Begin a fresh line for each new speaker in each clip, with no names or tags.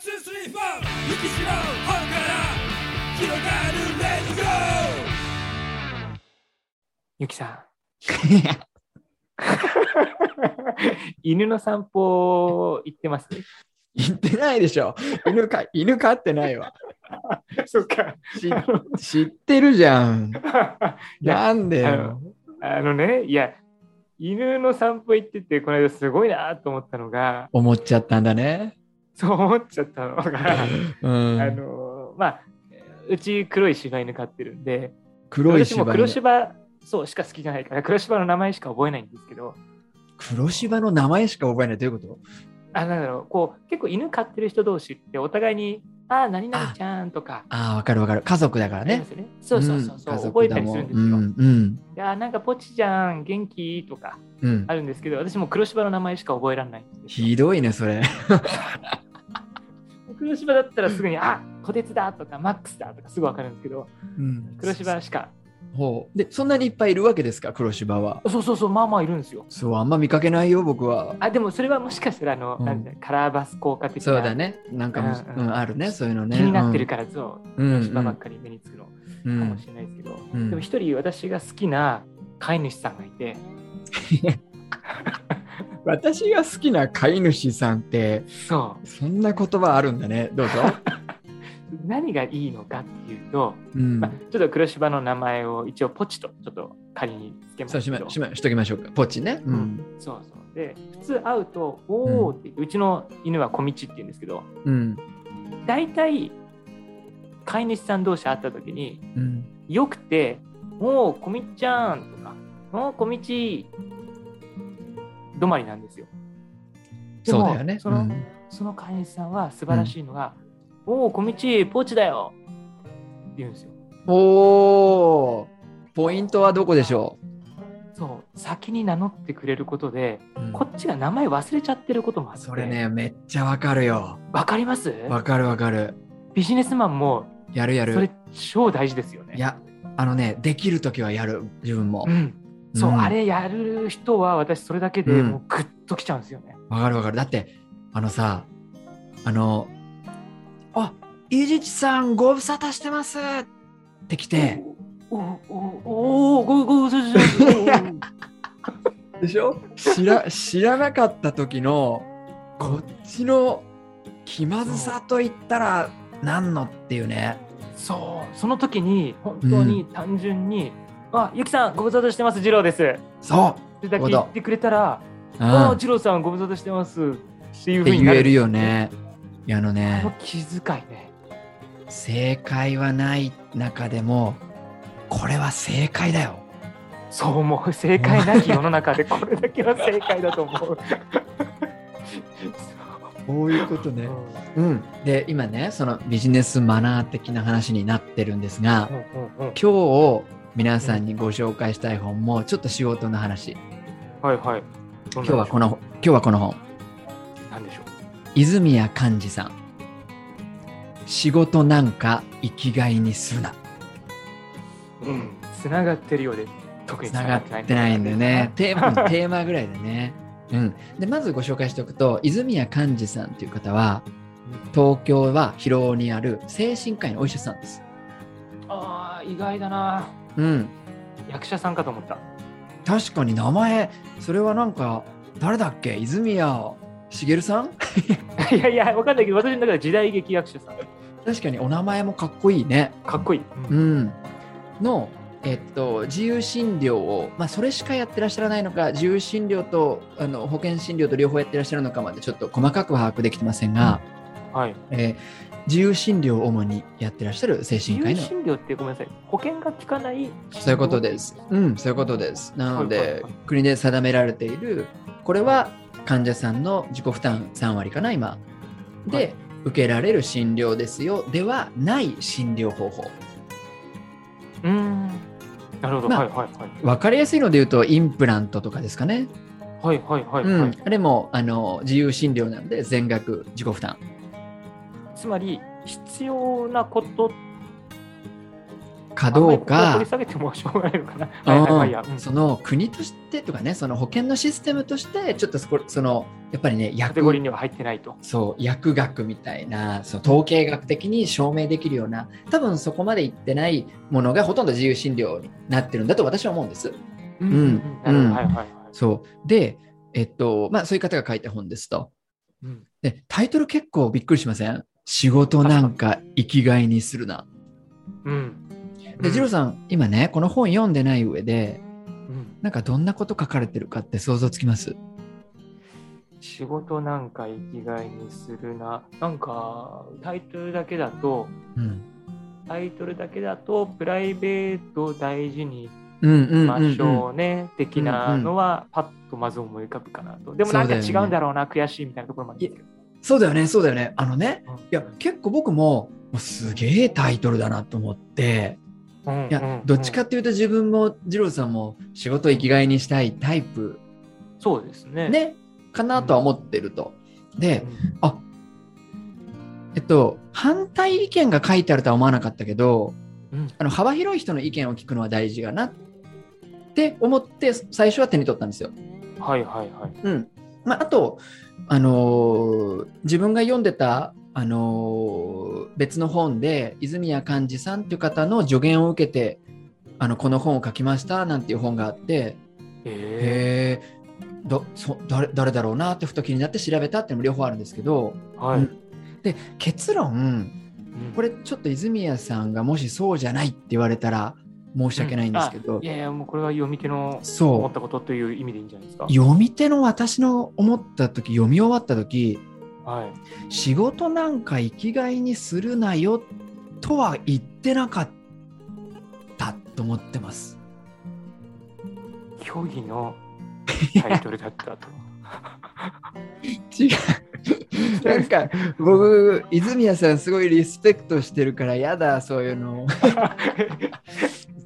ツースリーフォー雪城の方から広がるレッツゴー
ゆきさん。 犬の散歩行ってます
言ってないでし ょ。犬か、犬飼ってないわ。
そっか。
し知ってるじゃん。
いや
なんで
あの
よ。
あのね、いや、犬の散歩行ってて、この間すごいなと思ったのが、
思っちゃったんだね。
そう思っちゃったのが、
う
あ
ん。
の、まあ、うち黒い柴犬飼ってるんで、
黒い
私も
芝
黒
の
柴そうしか好きじゃないから、黒柴の名前しか覚えないんですけど、
黒芝の名前しか覚えない。どういうこ
あなんだろうこう結構犬飼ってる人同士ってお互いに「ああ何々ちゃん」とか
とああ、わかるわかる。家族だから
ありま
ね
す。よねそうそうそうそう、
ん家
覚えた
族だ
りす
もん
るんですよ。
うんうん
いやーなんかポチちゃん元気とか
うん
あ。るんですけど私も黒柴の名前しか覚えられないんですよ
ひどいね、それ。
黒柴だったらすぐに「あこてつだ」とか「マックスだ」とかすぐ分かるんですけど
うん
黒柴しか
ほう。で、そんなにいっぱいいるわけですか、黒芝は。
そうそうそうまあまあいるんですよ。
そう、あんま見かけないよ、僕は。
あでもそれはもしかしたらあの、
うん
なんていうのカラーバス効果的な
そうだね。なんかも
うん
う、
うん
うんあるね、そういうのね。
気になってるからそう
うん
黒柴ばっかり目につくのか
うんうん
もしれないですけど、
うん
でも一人私が好きな飼い主さんがいて
私が好きな飼い主さんって
そ
そんな言葉あるんだね どうぞ、
う何がいいのかっていうと、
うん
まあ、ちょっと黒柴の名前を一応ポチとちょっと仮につけます
そうし
け
ま
ど
しましときましょうかポチね、うん
そうそうで普通会うと「おお」って、うちの犬は小道って言うんですけど
うん
大体飼い主さん同士会った時に
うん、
よくて「おお小道ちゃん」とか「おお小道」止まりなんですよ。で
そ
も
うだよね
その,、
うん
その飼い主さんは素晴らしいのが「おお小道ポチだよ」って言うんですよ。
おーポイントはどこでしょ
そう先に名乗ってくれることで
う、うん
こっちが名前忘れちゃってることもあって
それねめっちゃわかるよ
わかります
わかるわかる
ビジネスマンも
やるや
それ
る
超大事ですよね。
いやあのねできる時はやる自分も
うん、そう、
うん
あれやる人は私それだけでもうグッときちゃうんですよね。
わかるわかるだってあのさあのあ伊地知さんご無沙汰してますって来て、
おおおおごごそうそうそう
でしょ知ら知らなかった時のこっちの気まずさと言ったら何のっていうね
そうその時に本当に単純に「あゆきさんご無沙汰してます二郎です」
そ
ってだけ言ってくれたら
う、う
「
ん、
あ
っ
二郎さんご無沙汰してます」っていうふう
て
に
言
な
え
る
るよねいやあの
こ
ね
の気遣いね
正解はない中でもこれは正解だよ
そう思う正解なき世の中でこれだけは正解だと思う。
こういうことね
うん
うんで今ねそのビジネスマナー的な話になってるんですが
うんうんうん
今日皆さんにご紹介したい本もちょっと仕事の話
はいはい。今
今日はこの本今日はこの本
なんでしょう。
泉谷寛治さん仕事なんか生きがいにするな
うん、つながってるようで特に
つながってないんだよね。テー マテーマぐらいでね、うん、でまずご紹介しておくと泉谷寛治さんという方は東京は広尾にある精神科医のお医者さんです、
ああ意外だな
うん、
役者さんかと思った
確かに名前それはなんか誰だっけ泉谷茂さん
いやいやわかんないけど私の中で時代劇役者さん
確かにお名前もかっこいいね
かっこいい、う
うんん、の、えっと、自由診療を、まあ、それしかやってらっしゃらないのか自由診療とあの保険診療と両方やってらっしゃるのかまでちょっと細かく把握できてませんが、
はい
えー自由診療を主にやってらっしゃる精
自
神科
由
医の
診療ってごめんなさい保険が効かない
そういうことです。うん、そういうことです。なので、
はいはいはい
国で定められている、これは患者さんの自己負担3割かな、今。で、
はい
受けられる診療ですよ、ではない診療方法。
うーんなるほど、
まあ
はいはいはい
分かりやすいので言うと、インプラントとかですかね。
はいはいはい、
う
は
ん
い、
あれもあの自由診療なので全額自己負担
つまり必要なこと
かどう
あんま
か
りここ掘り下げてもしょうがないのかな。
う
はいはいはいや。うん
んその国としてとかねその保険のシステムとしてちょっとそこそのやっぱりね
カテゴリー
薬
には入ってないと。
そう薬学みたいなその統計学的に証明できるような多分そこまでいってないものがほとんど自由診療になってるんだと私は思うんです。
うんなるほ
うん
どはいはいはい。
そうでえっとまあそういう方が書いた本ですと。
うん
でタイトル結構びっくりしません仕事なんか生きがいにするな。
うん。
で次郎さん今ねこの本読んでない上で
うん
なんかどんなこと書かれてるかって想像つきます
仕事なんか生きがいにするな。なんか、タイトルだけだと、
うん
タイトルだけだと、プライベートを大事に
うんうん
ま
うん
しょうね、的なのは、パッとまず思い浮かぶかなと。でもなんか違うんだろうな、悔しいみたいなところまで。
そうだよねそうだよねあのね
うん
いや結構僕ももうすげえタイトルだなと思って
うん
いや、
うん
どっちかっていうと自分も二郎さんも仕事を生きがいにしたいタイプ
そうですね。
ねかなとは思ってると。
う
で
ん
えっと反対意見が書いてあるとは思わなかったけど
うん
あの幅広い人の意見を聞くのは大事かなって思って最初は手に取ったんですよ。
はいはいはい。
うんまあ、あと、あのー自分が読んでた、あのー別の本で泉谷寛治さんという方の助言を受けてあのこの本を書きましたなんていう本があって
え
へーどそ誰誰だろうなってふと気になって調べたっていうのも両方あるんですけど
えはい。
で結論
うん
これちょっと泉谷さんがもしそうじゃないって言われたら申し訳ないんですけど、
いやいや、もうこれは読み手の思
そ
っ
う
たことという意味でいいんじゃないですか。
読み手の私の思った時読み終わった時
はい。
仕事なんか生きがいにするなよとは言ってなかったと思ってます。
競技のタイトルだったと。
違う。 なんか僕泉谷さんすごいリスペクトしてるからやだそういうの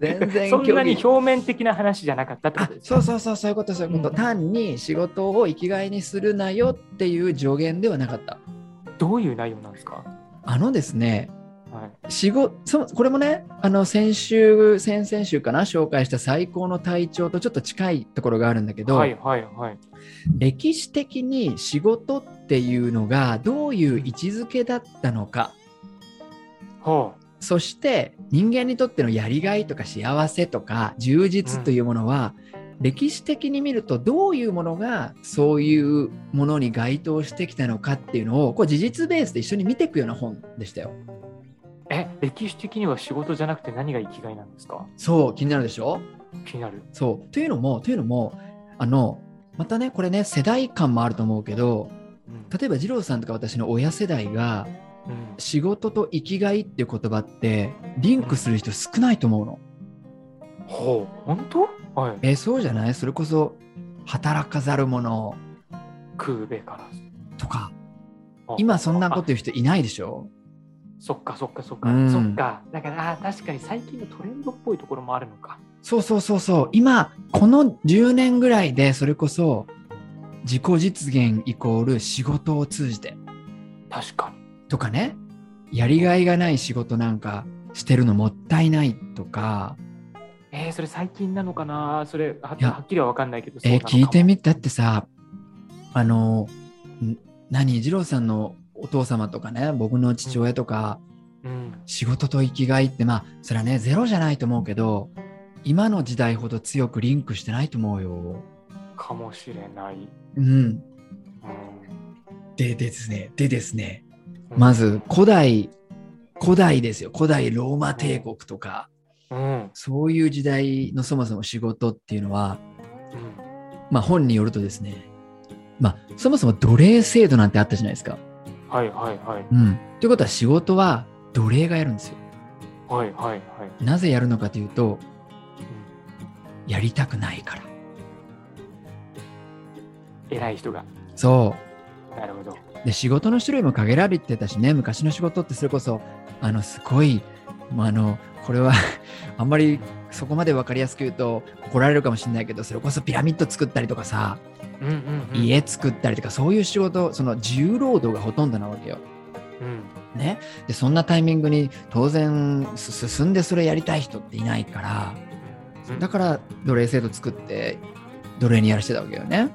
全 然
そん
興
なに
味
表面的な話じゃなかったってこ
あ
とです
そう
か。
そうそうそういうことそういうこと、
うん
単に仕事を生きがいにするなよっていう助言ではなかった
どういう内容なんですか。
あのですね
はい。
仕事そこれもねあの先週先々週かな紹介した最高の体調とちょっと近いところがあるんだけど、
はいはいはい。
歴史的に仕事っていうのがどういう位置づけだったのか
ほ
そして人間にとってのやりがいとか幸せとか充実というものは、歴史的に見るとどういうものがそういうものに該当してきたのかっていうのをこう事実ベースで一緒に見ていくような本でしたよ。
う。え、歴史的には仕事じゃなくて何が生きがいなんですか。
そう気になるでしょ
気になる。
そうというのもというのもあのまたねこれね世代間もあると思うけど
うん。
例えば二郎さんとか私の親世代が
うん
仕事と生きがいっていう言葉ってリンクする人少ないと思うの。
ほう。本当？はい。
えそうじゃないそれこそ働かざる者
空べからず。
とか
あ
今そんなこと言う人いないでしょ
そっかそっかそっか、
うん
そっかだからあー確かに最近のトレンドっぽいところもあるのか
そうそうそうそう今この10年ぐらいでそれこそ自己実現イコール仕事を通じて
確かに
とかねやりがいがない仕事なんかしてるのもったいないとか
えー、それ最近なのかなそれはい
や
はっきりは分かんないけど
えー聞いて
み
みだってさあのん何二郎さんのお父様とかね僕の父親とか、
うん
仕事と生きがいってまあそれはねゼロじゃないと思うけど今の時代ほど強くリンクしてないと思うよ。
かもしれない、うん
うん、でですねでですね
うん
まず古代古代ですよ古代ローマ帝国とか
うんうん
そういう時代のそもそも仕事っていうのはまあ本によるとですねまあそもそも奴隷制度なんてあったじゃないですか。
はいはいはい
うん、ということは仕事は奴隷がやるんですよ。
はいはいはい、
なぜやるのかというと
うん
やりたくないから。
偉い人が
そう
なるほど
で仕事の種類も限られてたしね昔の仕事ってそれこそあのすごい、まあ、あのこれは あんまりそこまで分かりやすく言うと怒られるかもしれないけどそれこそピラミッド作ったりとかさ
うんうん、うん、
家作ったりとかそういう仕事その自由労働がほとんどなわけよ。
うん
ね、でそんなタイミングに当然す進んでそれやりたい人っていないから
うん
だから奴隷制度作って奴隷にやらしてたわけよね。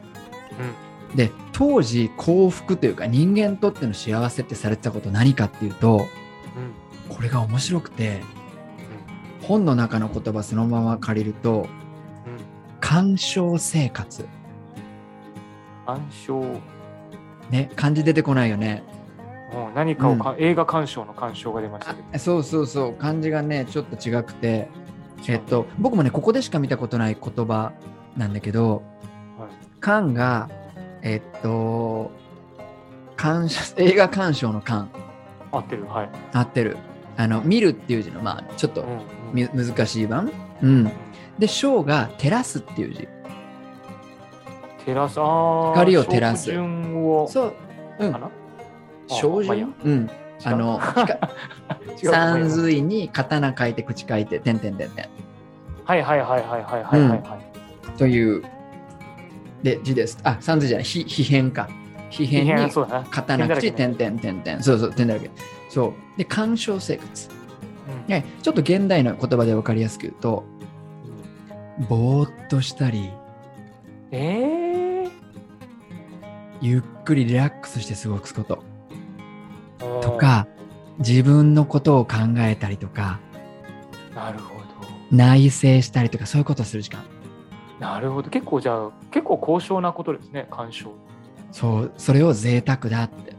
で当時幸福というか人間にとっての幸せってされてたこと何かっていうと
うん
これが面白くて本の中の言葉そのまま借りると
うん
「鑑賞生活
鑑賞」
ね漢字出てこないよね。
もう何かをか、映画鑑賞の鑑賞が出ましたけど
そうそうそう漢字がねちょっと違くてえっと僕もねここでしか見たことない言葉なんだけど
はい
缶が、えっと、鑑賞 映画鑑賞の缶
合ってるはい、
合ってる。あの、見るっていう字の、まあ、ちょっと
うんうん
み難しい版。うん。で、章が照らすっていう字。
照らすあー
光を照らす
照準を
そう。うん
か。な
照
あまあいいや
準うん。あの、
違う
三髄に刀書いて口書いて、てんてんてんてん。
はいはいはいはいはいはいはいはい、
という、で、字です。あ、三髄じゃない、ひ、非変か。非変
いや
に
そうだな、
刀口、てんてんてんてん。そうそう、てんだらけ。そう。で、鑑賞生活。
うん
ね、ちょっと現代の言葉で分かりやすく言うとぼーっとしたり
えー
ゆっくりリラックスして過ごすこと
うん
とか自分のことを考えたりとか
なるほど
内省したりとかそういうことをする時間
なるほど結構じゃあ結構高尚なことですね鑑賞
そうそれを贅沢だって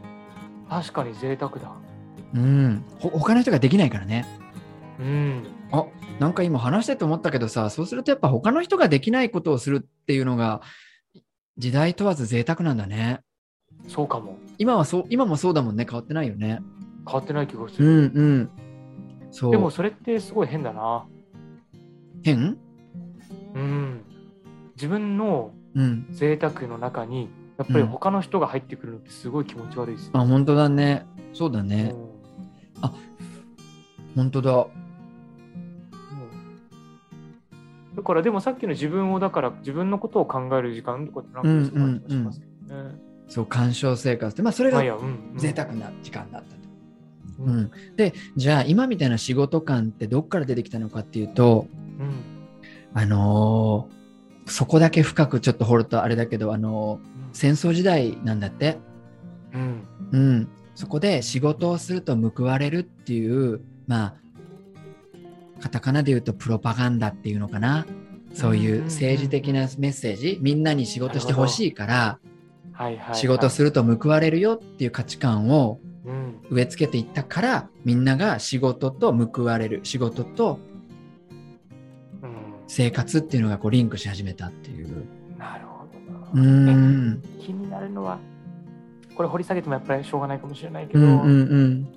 確かに贅沢だ
うんほ他の人ができないからね
うん
あなんか今話してて思ったけどさそうするとやっぱ他の人ができないことをするっていうのが時代問わず贅沢なんだね
そうかも
今はそう今もそうだもんね変わってないよね
変わってない気がす
う
る、
んうんそう
でもそれってすごい変だな
変
うん自分の
うん
贅沢の中にやっぱり
うん
他の人が入ってくるのってすごい気持ち悪いですよ
あ、本当だね。そうだ
うん
ね。本当だ。
うんだからでもさっきの自分をだから自分のことを考える時間とかってなんかすごい気がしますけどね。
そう、鑑賞生活って、まあ、それ
ま
が
あいいやうんうん
贅沢な時間だったと。
う
うんん、で、じゃあ、今みたいな仕事感ってどっから出てきたのかっていうと、
うん
あのーそこだけ深くちょっと掘るとあれだけど、あのー戦争時代なんだって。
うん
うん。そこで仕事をすると報われるっていう、まあ、カタカナで言うとプロパガンダっていうのかな。そういう政治的なメッセージ、みんなに仕事してほしいから、
はいはいはい
仕事すると報われるよっていう価値観を
うん
植え付けていったからみんなが仕事と報われる仕事と
う
生活っていうのがこうリンクし始めたっていうん
なるほ
う
ど
ー
な。
ん
え気になるのはこれ掘り下げてもやっぱりしょうがないかもしれないけ
う
ど、
んうんうん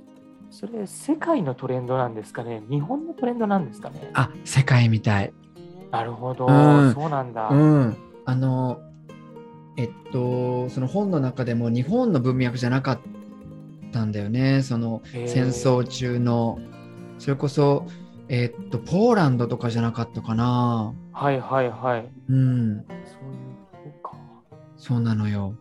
それ世界のトレンドなんですかね日本のトレンドなんですかね
あ世界みたい
なるほど、
うん
そうなんだ。
うんあのえっとその本の中でも日本の文脈じゃなかったんだよねその
へー
戦争中のそれこそえっとポーランドとかじゃなかったかな
はいはいはい。
うん
そういうことか。
そうなのよ。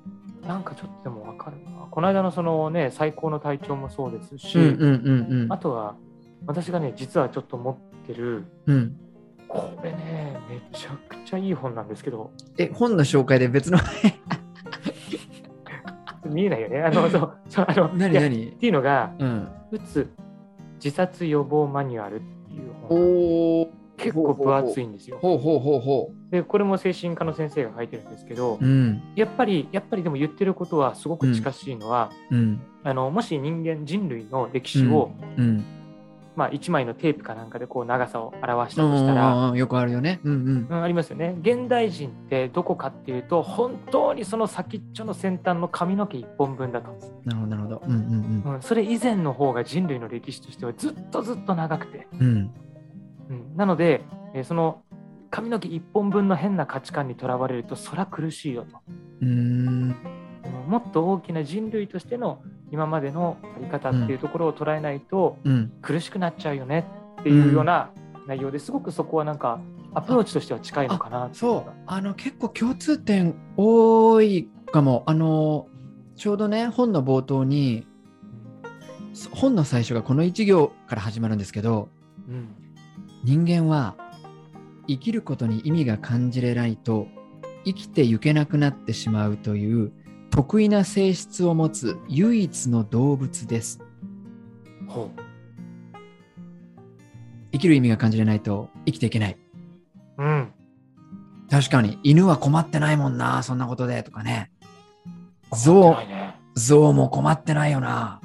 なんかちょっとでもわかるな。この間のそのね、最高の体調もそうですし、
うんうんうん
あとは私がね、実はちょっと持ってる、
うん。うん。
これね、めちゃくちゃいい本なんですけど、
え、本の紹介で別の。
見えないよね。あの、そう、そうあの、
何
いやっ
何
ていうのが、
うん。
うつ自殺予防マニュアルっていう本。
おお。
結構分厚いんですよ。
ほうほうほうほ
で、これも精神科の先生が書いてるんですけど
う。う、ん。
やっぱり、やっぱりでも言ってることはすごく近しいのは、
うん。
あのもし人間人類の歴史を、
うん。
まあ、1枚のテープかなんかでこう長さを表したとしたら、
ああ、よくあるよね。うん
うん、ありますよね現代人ってどこかっていうと本当にその先っちょの先端の髪の毛1本分だと、
うん。なるほど、なるほど。うんうん
うん、それ以前の方が人類の歴史としてはずっとずっと長くて、
うん。うん。
うん、なので、えーその髪の毛1本分の変な価値観にとらわれるとそら苦しいよと、
うーん。
うんもっと大きな人類としての今までのあり方っていうところを捉えないと、
うん。
苦しくなっちゃうよねっていうような内容ですごくそこはなんかアプローチとしては近いのかなってい
そう
のが
う。あの、結構共通点多いかも。あの、ちょうどね、本の冒頭に、本の最初がこの一行から始まるんですけど
うん
人間は生きることに意味が感じれないと生きてゆけなくなってしまうという得意な性質を持つ唯一の動物です
ほ
生きる意味が感じれないと生きていけないう
うん
確かに犬は困ってないもんなそんなことでとかね
う
象
ね
象も困ってないよな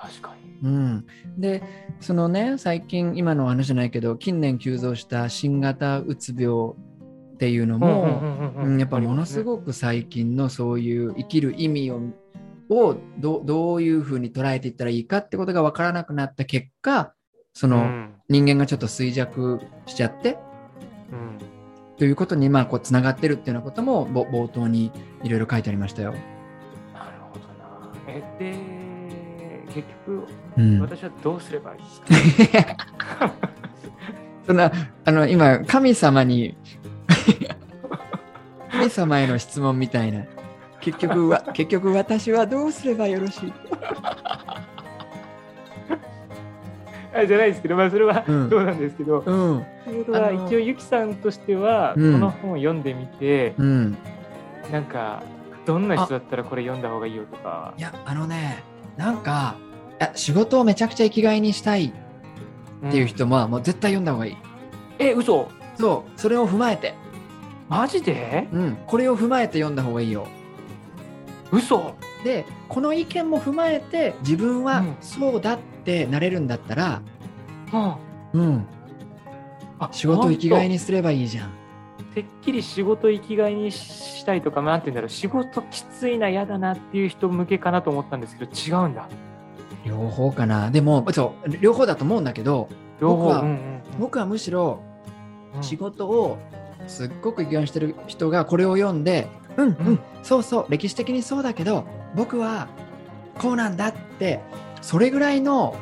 確かに
うん、でそのね最近今の話じゃないけど近年急増した新型うつ病っていうのも、うんやっぱものす
く
ごく最近のそういう生きる意味ををどどういうふうに捉えていったらいいかってことが分からなくなった結果そ
うん
の人間がちょっと衰弱しちゃって
うん
ということにまあこうつながってるっていうようなこともぼ冒頭にいろいろ書いてありましたよ。
なるほどなえで結局
うん、
私はどうすればいいですか
そんなあの今神様に神様への質問みたいな結局 は結局私はどうすればよろしい
あじゃないですけどまあそれは
うん
どうなんですけど
うん
ということは
あの
一応ゆきさんとしてはこ
うん
の本を読んでみて
うん
なんかどんな人だったらこれ読んだ方がいいよとか
いやあのねなんかいや仕事をめちゃくちゃ生きがいにしたいっていう人は、もう絶対読んだ方がいい
うんえ嘘
そうそれを踏まえて
マジで
うんこれを踏まえて読んだ方がいいよ
嘘
でこの意見も踏まえて自分
う
は
ん
そうだってなれるんだったら、
うん
うん、
あ
仕事を生きがい
に
にすればいいじゃん
てっきり仕事生きがいにしたいとかまあなんて言うんだろう仕事きついな嫌だなっていう人向けかなと思ったんですけど違うんだ
両方かなでもそう両方だと思うんだけど
両方
僕は
うんうんうん
僕はむしろ
うん
仕事をすっごく議論してる人がこれを読んでうんうん、
うん
そうそう歴史的にそうだけど僕はこうなんだってそれぐらいの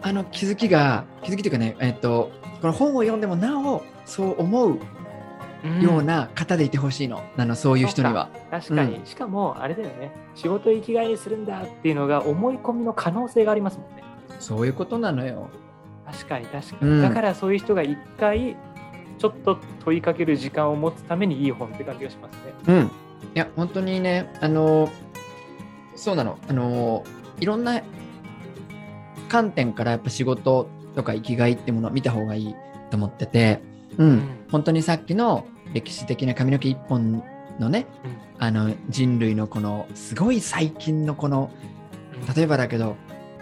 あの気づきが気づきというかねえっとこの本を読んでもなおそう思うような方でいてほしいの、あのそういう人には
確かに、しかもあれだよね仕事生きがいにするんだっていうのが思い込みの可能性がありますもんね
そういうことなのよ
確かに確かに、
うん
だからそういう人が一回ちょっと問いかける時間を持つためにいい本って感じがしますね
うんいや本当にねあのそうなのあのいろんな観点からやっぱ仕事とか生きがいってものを見た方がいいと思っててうん、
ん
本当にさっきの歴史的な髪の毛一本のねあの人類のこのすごい最近のこの例えばだけど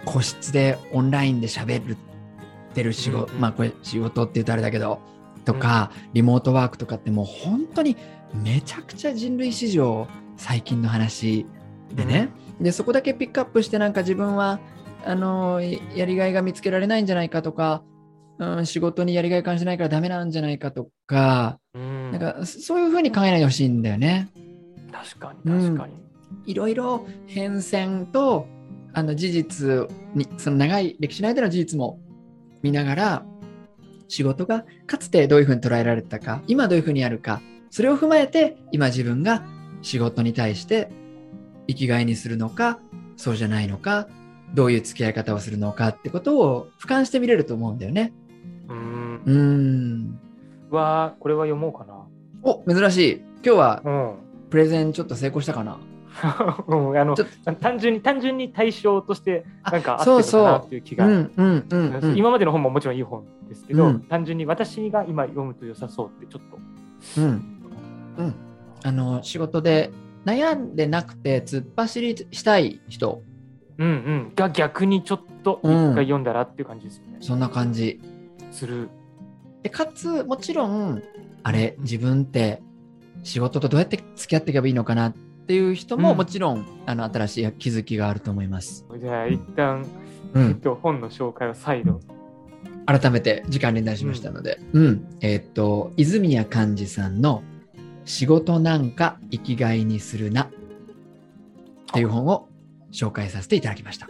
個室でオンラインで喋るってる仕事、
うんうん
まあこれ仕事って言うとあれだけどとか、リモートワークとかってもう本当にめちゃくちゃ人類史上最近の話でね、でそこだけピックアップしてなんか自分はあのややりがいが見つけられないんじゃないかとか、うん、仕事にやりがい感じないからダメなんじゃないかとか、
うん
なんかそういうふうに考えないでほしいんだよね。
確かに
うん
確かに、
いろいろ変遷とあの事実にその長い歴史の間の事実も見ながら仕事がかつてどういうふうに捉えられてたか今どういうふうにあるかそれを踏まえて今自分が仕事に対して生きがいにするのかそうじゃないのかどういう付き合い方をするのかってことを俯瞰してみれると思うんだよね。
うん
うーん
わーこれは読もうかな
お珍しい今日は
うん
プレゼンちょっと成功したかな
うんあの
ちょっ
単純に単純に対象としてなんか
あ
合っ
そう
てるのかな
そ
っていう気
うう
が、
んうんうん、うん、
今までの本ももちろんいい本ですけど、
うん
単純に私が今読むと良さそうってちょっと
うん、うん、あの仕事で悩んでなくて突っ走りしたい人
うんうんが逆にちょっと一
うん
回読んだらっていう感じですよね、
そんな感じ
する
でかつもちろんあれ自分って仕事とどうやって付き合っていけばいいのかなっていう人も、
うん
もちろんあの新しい気づきがあると思います、
じゃあ一旦、
う
えっ
ん、
と、本の紹介を再度
改めて時間に出しましたので、うんえーっと泉谷寛治さんの「仕事なんか生きがいにするな」っていう本を紹介させていただきました。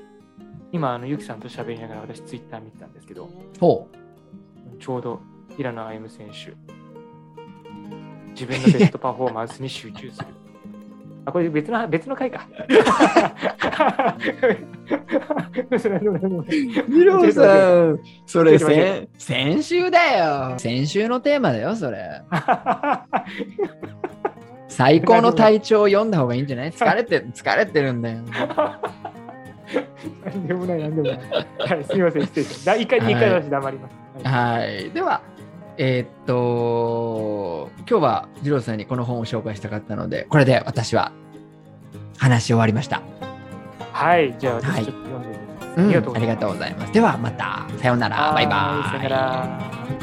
今あのゆきさんと喋りながら私ツイッター見てたんですけど
ほう
ちょうど平野歩夢選手自分のベストパフォーマンスに集中するあこれ別の別の回か。
二郎さん、それ
ちょっと待
先、先週だよ。先週のテーマだよ、それ。最高の体調を読んだ方がいいんじゃ ない疲れて、疲れてるんだよ。
なんでもないなんでもない。はい、すみません失礼しました。第一回
はい
二回の話黙ります。はい
はい。では、えーっと、今日は二郎さんにこの本を紹介したかったので、これで私は話し終わりました。
はい、じゃあ
はい
私ちょっと読んでみます。
うん
ありがとう
ありがとうございます。ではまた、さようなら、バイバイ。
はいさよなら。